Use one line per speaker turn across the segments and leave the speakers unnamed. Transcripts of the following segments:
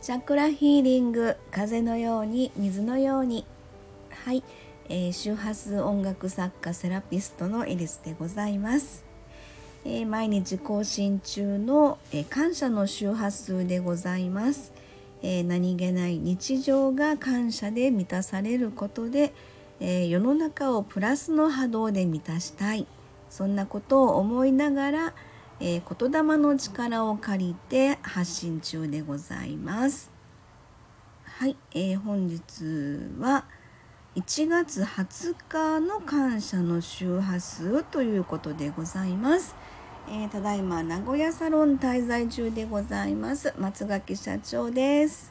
チャクラヒーリング風のように水のようにはい、えー、周波数音楽作家セラピストのエリスでございます、えー、毎日更新中の、えー、感謝の周波数でございます、え何気ない日常が感謝で満たされることで、え世の中をプラスの波動で満たしたいそんなことを思いながら、えー、言霊の力を借りて発信中でございます。はい、えー、本日は1月20日の感謝の周波数ということでございます。えー、ただいま名古屋サロン滞在中でございます。松垣社長です。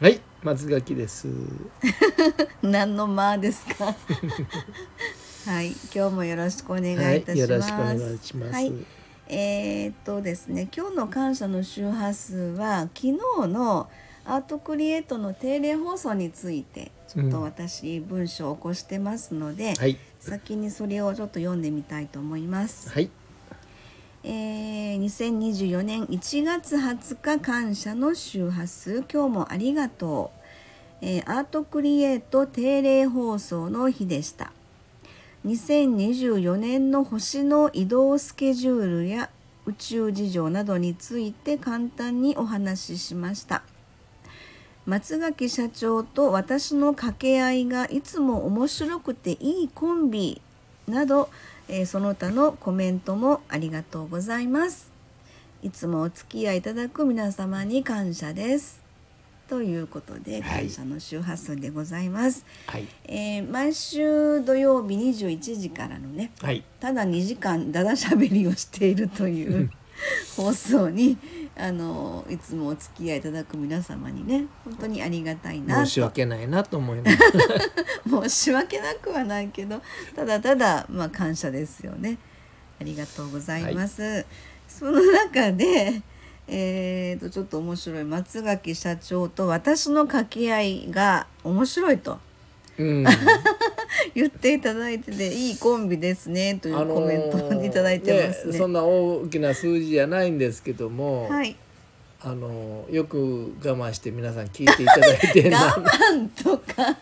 はい、松垣です。
何の間ですか はい、今日もよろしくお願いいたします。はい、
いはい、
えー、っとですね、今日の感謝の周波数は昨日のアートクリエイトの定例放送についてちょっと私、うん、文章を起こしてますので、はい、先にそれをちょっと読んでみたいと思います。
はい。
えー、2024年1月20日感謝の周波数今日もありがとう、えー、アートクリエイト定例放送の日でした2024年の星の移動スケジュールや宇宙事情などについて簡単にお話ししました松垣社長と私の掛け合いがいつも面白くていいコンビなど、えー、その他のコメントもありがとうございますいつもお付き合いいただく皆様に感謝ですということで感謝の周波数でございます、
はい、
えー、毎週土曜日21時からのね、
はい、
ただ2時間だだしゃべりをしているという放送にあのいつもお付き合いいただく皆様にね本当にありがたいな
申し訳ないなと思います
申し訳なくはないけどただただまあ感謝ですよねありがとうございます、はい、その中でえーと、とちょっと面白い松垣社長と私の掛け合いが面白いと、
うん、
言っていただいてていいコンビですねというコメントをいただいてますね,
あのーね、そんな大きな数字じゃないんですけども、
はい、
あのー、よく我慢して皆さん聞いていただい て
我慢とか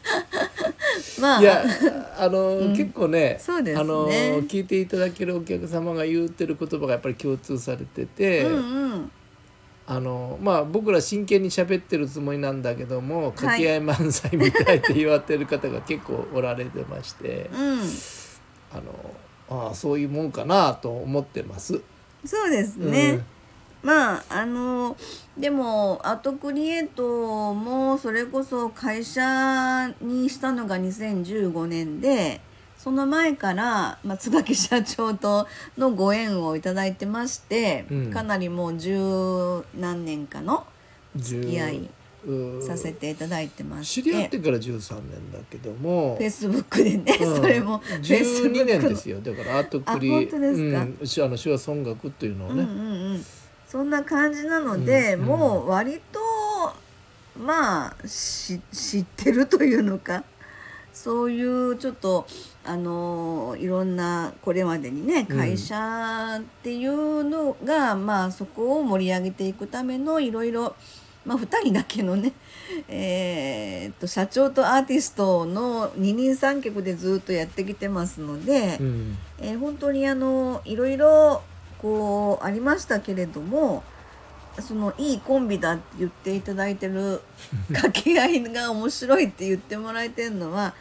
ま
あ、いやあの、うん、結構ね
そうですね
あの聞いていただけるお客様が言ってる言葉がやっぱり共通されてて。
うん、うん
あのまあ僕ら真剣に喋ってるつもりなんだけども掛け合い漫才みたいって言われてる方が結構おられてまして、
うん、
あのあそういうもんかなと思ってます。
そうですね、うん、まああのでもアートクリエイトもそれこそ会社にしたのが2015年で。その前から松垣社長とのご縁を頂いてまして、うん、かなりもう十何年かの付き合いさせていただいてまして
知り合ってから13年だけども
フェイスブックでね、うん、 それも
12年ですよだからアートクリ
あ本当ですか、うん、
あの手話音楽っていうのをね、
うんうんうん、そんな感じなので、うんうん、もう割とまあし知ってるというのかそういうちょっとあのいろんなこれまでにね会社っていうのが、うん、まあそこを盛り上げていくためのいろいろ、まあ、2人だけのね、 えー、っと社長とアーティストの二人三脚でずっとやってきてますので、
うん、
えー、本当にあのいろいろこうありましたけれども。そのいいコンビだって言っていただいて る掛け合いが面白いって言ってもらえてるのは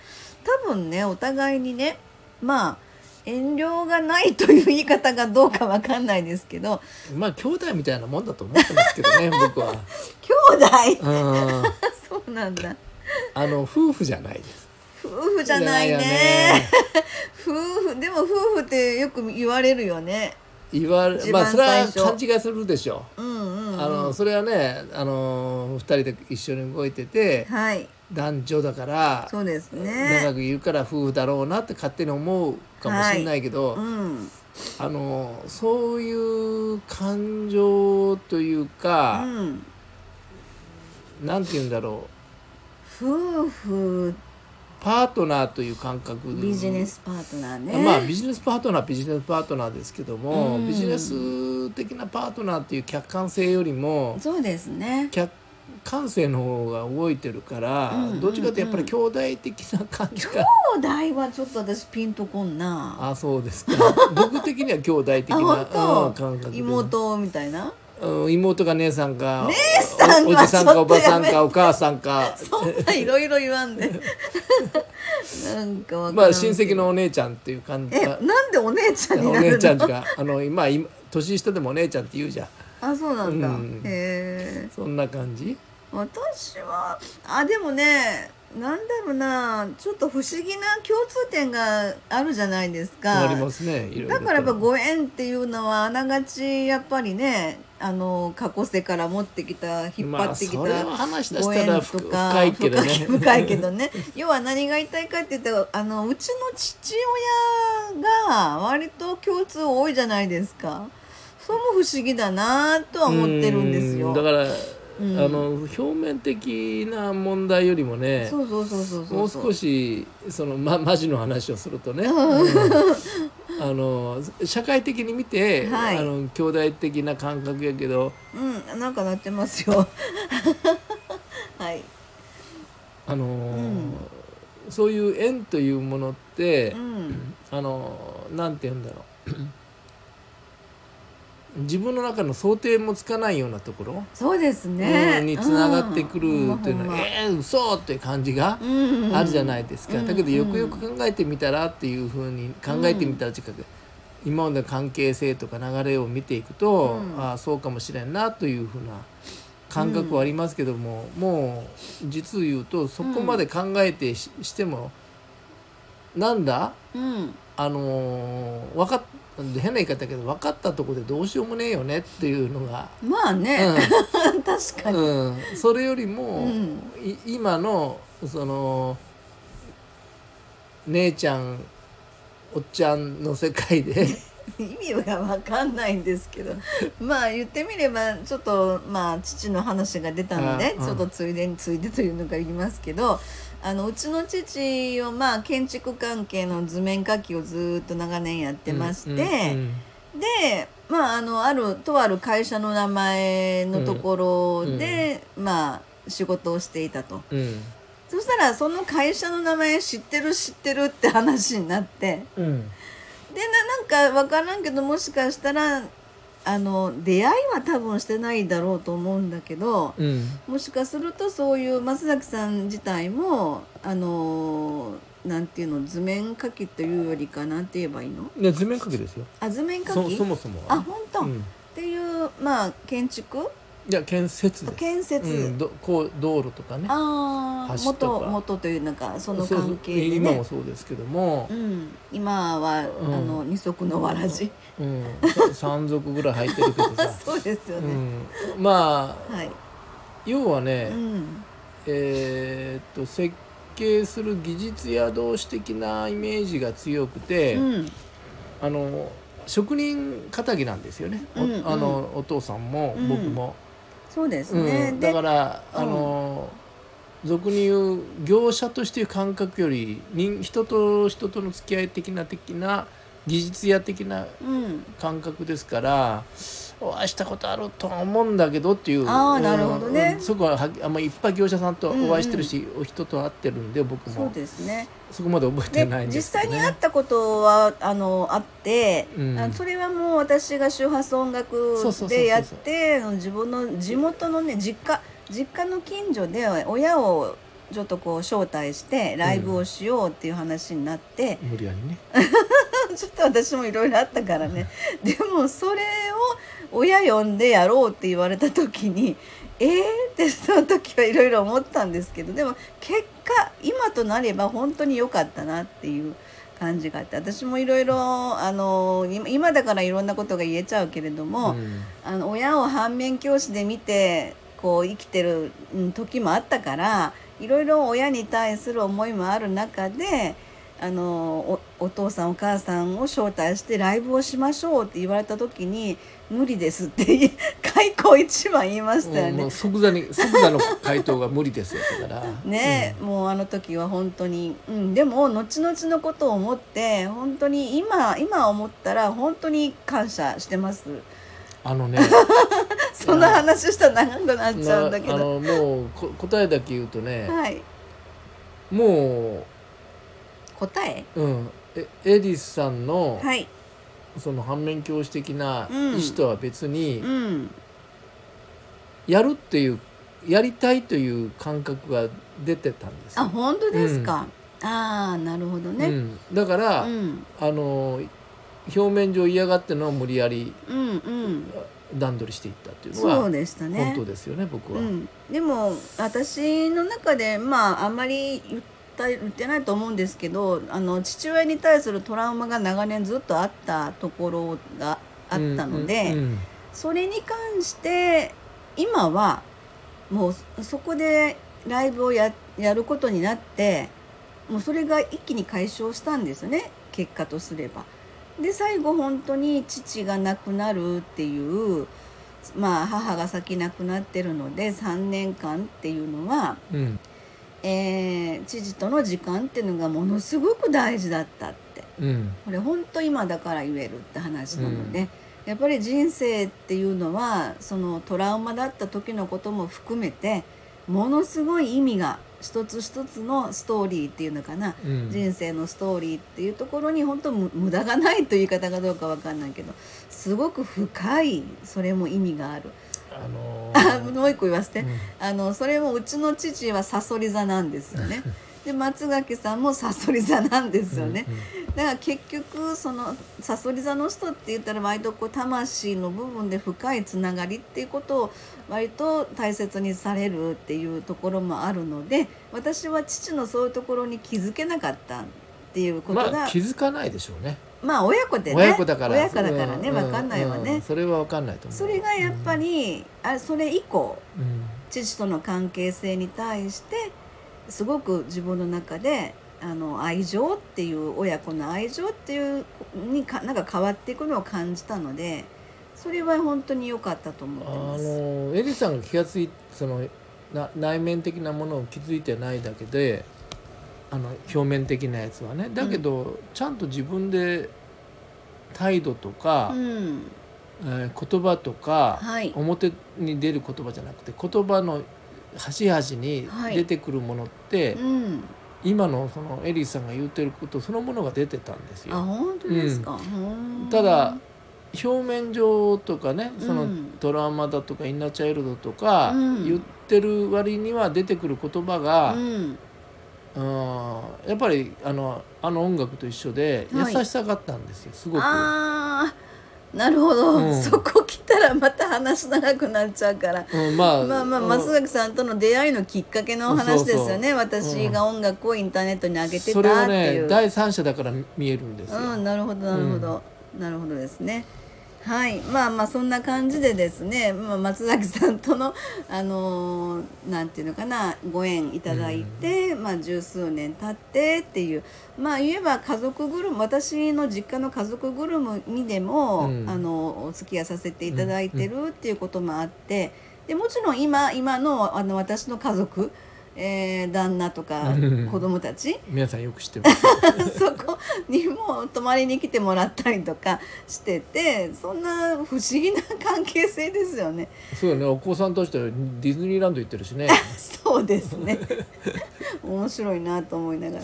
多分ねお互いにねまあ遠慮がないという言い方がどうかわかんないですけど
まあ兄弟みたいなもんだと思ってますけどね僕は
兄弟 そうなんだ
あの夫婦じゃないです
夫婦じゃないね、ね、夫婦でも夫婦ってよく言われるよね
言われまあそれは勘違いするでしょ
う,、うんうんうん、
あのそれはねあの2人で一緒に動いてて、
はい、
男女だから
そうです、ね、
長く言うから夫婦だろうなって勝手に思うかもしれないけ
は
ど、
い、うん、
あのそういう感情というか、
うん、
なんて言うんだろ
う夫婦
パートナーという感覚
ビジネスパートナーね
まあビジネスパートナービジネスパートナーですけども、うん、ビジネス的なパートナーっていう客観性よりも
そうですね
客感性の方が動いてるから、
うんうんうん
どっちかってやっぱり兄弟的な感じ が、
兄弟はちょっと私ピンとこんな
あそうですか僕的には兄弟的
あ
なうん
本
感
当
覚で
妹みたい な
うん妹か姉さんか
さん
おお
は
じさんかおばさん
ちょっとやめて
かお母さんか
そんないろいろ言わんでなんかわ
ま
からん
あ親戚のお姉ちゃんっていう感じ
え
か
なんでお姉ちゃんに
お
なるの
姉ちゃんとかあの今今年下でもお姉ちゃんって言うじゃん
あそうなんだ、
うん
へえ
そんな感じ
私はあでもねなんだろうなちょっと不思議な共通点があるじゃないですか
ありますねいろいろと
だからやっぱご縁っていうのはあながちやっぱりねあの過去世から持ってきた引っ張ってきた
まあそれを話し出し
ご
たら
縁
ふ
とか
深いけどね
深い深いけどね要は何が言いたいかって言ったらあのうちの父親が割と共通多いじゃないですかそれも不思議だなとは思ってるんですよ
うだから、
ん
あの表面的な問題よりもね
そうそうそうそうそう
もう少しその、ま、マジの話をする とね、うんあの社会的に見て、
はい
あの兄弟的な感覚やけど
うんなんか鳴ってますよ はい
あの、
ん
そういう縁というものって、
うん
あのなんて言うんだ ろう自分の中の想定もつかないようなところ、
そうですね、
うんにつながってくる
うん
という
ほん
の
ま
は、
ほんま
えー、嘘っていう感じが
うん
あるじゃないですか、
うん
だけどよくよく考えてみたらっていうふうに考えてみたら近く、今までの関係性とか流れを見ていくと、
うん
ああそうかもしれんなというふうな感覚はありますけども、もう実を言うとそこまで考えてししてもなんだ
うん
あのー、わかっ変な言い方だけど分かったところでどうしようもねえよねっていうのが、
まあ
う
ね、
ん
確かに、
うん、それよりも、
うん
い今のその姉ちゃんおっちゃんの世界で
意味がわかんないんですけどまあ言ってみればちょっとまあ父の話が出たので、
うん
ちょっとついでについでというのが言いますけどあのうちの父をまあ建築関係の図面書きをずっと長年やってまして、
うん
でまああのあるとある会社の名前のところで、まあ仕事をしていたと。
うん
そしたらその会社の名前知ってる知ってるって話になって
うんうん
でななんか分からんけどもしかしたらあの出会いは多分してないだろうと思うんだけど
うん
もしかするとそういう松崎さん自体もあのなんていうの図面書きというよりかなんて言えばいいの
ね図面書きですよ
あ図面書
そ
き
そもそもは
あ本当、
うん
っ、ていうまあ建築
いや建設です
建設、
うん、どこう道路とかね
ああ
橋と
元
か
元というなんかその
そうそう
関係でね
今もそうですけども
う、ん、今は、
うん
あの二足のわらじ、
うん、3足ぐらい入ってるけど さ
そうですよ
う
ね、
ん、まあ
はい、
要はね、
うん、
えーっと設計する技術や同士的なイメージが強くて、
うん、
あの職人敵なんですよね、お
うんうん
あのお父さんも
うん
僕も、
そうです
うん
ね、で
だから、
うん
あの俗に言う業者としていう感覚より人人と人との付き合い的な的な技術や的な
うん
感覚ですからお会いしたことあるとは思うんだけどっていう
あーなるほどね
うんそこははあんまりいっぱい業者さんとお会いしてるし、お人と会ってるんで僕
そう
も
ですね
そこまで覚え
で
てないんで
実
すけ
際
ど、
に
ね、
会ったことはあのあって、
うん
あのそれはもう私が周波数音楽
そうそうそうそうそう
でやってあの自分の地元のね実家実家の近所で親をちょっとこう招待してライブをしようっていう話になって、
無理やりね
ちょっと私もいろいろあったからねでもそれを親呼んでやろうって言われた時にえーってその時はいろいろ思ったんですけどでも結果今となれば本当に良かったなっていう感じがあって私もいろいろあの今今だからいろんなことが言えちゃうけれども、
うん
あの親を反面教師で見てこう生きてるうん時もあったからいろいろ親に対する思いもある中であのおお父さんお母さんを招待してライブをしましょうって言われた時に「無理です」って言い 開口一番言いましたよ
うんもう
ね。
即座に即座の回答が無理ですよだから
ねもうあの時は本当に、うん、でも後々のことを思って本当に今今思ったら本当に感謝してます。
あ のね
その話をしたら長くなっちゃうんだけ
なあ
ど
のもうこ答えだけ言うとね、
はい
も
答え
う、うん、えエリスさんの、
はい
その反面教師的な意
うん
思とは別に、
うん
やるっていうやりたいという感覚が出てたんです
あ
よ
本当ですか、ああなるほど
う
ね、
ん、だから、
うん、
あの表面上嫌がってのを無理やり
うんうん
段取りしていったっていうの
そう
は
でしたね
本当ですよね僕は、
うん、でも私の中でまああんまり言った言ってないと思うんですけどあの父親に対するトラウマが長年ずっとあったところがあったので、
うんうん
それに関して今はもうそこでライブをややることになってもうそれが一気に解消したんですよね結果とすれば。で最後本当に父が亡くなるっていう、まあ、母が先亡くなってるので3年間っていうのは、
うん
えー父との時間っていうのがものすごく大事だったって
うん
これ本当今だから言えるって話なので、やっぱり人生っていうのはそのトラウマだった時のことも含めてものすごい意味が一つ一つのストーリーっていうのかな、
うん
人生のストーリーっていうところに本当む無駄がないという言い方がどうかわかんないけどすごく深いそれも意味がある。
あの
あ
ー
もう一個言わせて、
うん
あのそれもうちの父はさそり座なんですよねで松垣さんもさそり座なんですよね、だから結局そのさそり座の人って言ったら割とこう魂の部分で深いつながりっていうことを割と大切にされるっていうところもあるので私は父のそういうところに気づけなかったっていうことが、ま
ま
あ
あ、気づかないでしょうね
親子でね
親子だから
親子だからね
う
分かんないわね、
うそれは分かんないと思う
それがやっぱ、り、あそれ以降
うん
父との関係性に対してすごく自分の中であの愛情っていう親子の愛情っていうにかなんか変わっていくのを感じたのでそれは本当に良かったと思
あ
ってます。
のエリさんが気がついそのな内面的なものを気づいてないだけであの表面的なやつはねだけど、ちゃんと自分で態度とか
う、ん、
えー言葉とか、
はい
表に出る言葉じゃなくて言葉の端々に
はい
出てくるものって、
うん、
今のそのエリさんが言ってることそのものが出てたんです
あ
よ。
本当ですか。うん
ただ表面上とかねそうの
ん
トラウマだとかインナーチャイルドとか
うん
言ってる割には出てくる言葉
う
が、
ん、
うん、やっぱりあのあの音楽と一緒で優
はい
しさがあったんですよすごく。
ああなるほど、
うん
そこ来たらまた話長くなっちゃうから。
うん、まあ
まあまあ
うん
松崎さんとの出会いのきっかけのお話ですよね私が音楽をインターネットに上げてた
それは
ってい
ね
う、
第三者だから見えるんですよ。
うんなるほどなるほど、なるほどですねはいまあまあそんな感じでですね、まあ、松崎さんとのあのーなんていうのかなご縁いただいて、まあ十数年経ってっていうまあ言えば家族ぐるみ私の実家の家族ぐるみでも、
うん
あのお付き合いさせていただいてるっていうこともあってでもちろん今今のあの私の家族、えー旦那とか
うん
子供たち
皆さんよく知ってます。
そこにも泊まりに来てもらったりとかしててそんな不思議な関係性ですよね。
そうよね、お子さんとしてはディズニーランド行ってるし ね。
そうですね面白いなと思いながら、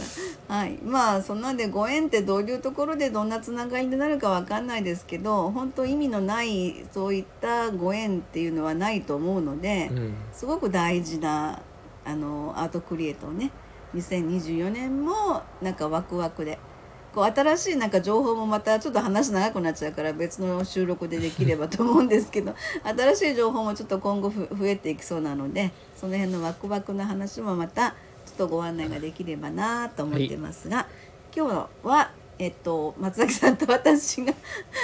はい、まあそんなんでご縁ってどういうところでどんなつながりになるかわかんないですけど本当意味のないそういったご縁っていうのはないと思うので。
うん、
すごく大事なあのアートクリエイトをね2024年もなんかワクワクでこう新しいなんか情報もまたちょっと話長くなっちゃうから別の収録でできればと思うんですけど 新しい情報もちょっと今後ふ増えていきそうなのでその辺のワクワクの話もまたちょっとご案内ができればなと思ってますが、今日は、えっと、松崎さんと私が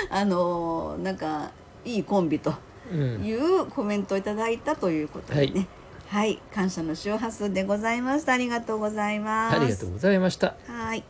あのなんかいいコンビと。
うん、
いうコメントをいただいたということでね。はい、感謝の周波数でございました。ありがとうございます。
ありがとうございました。
はい。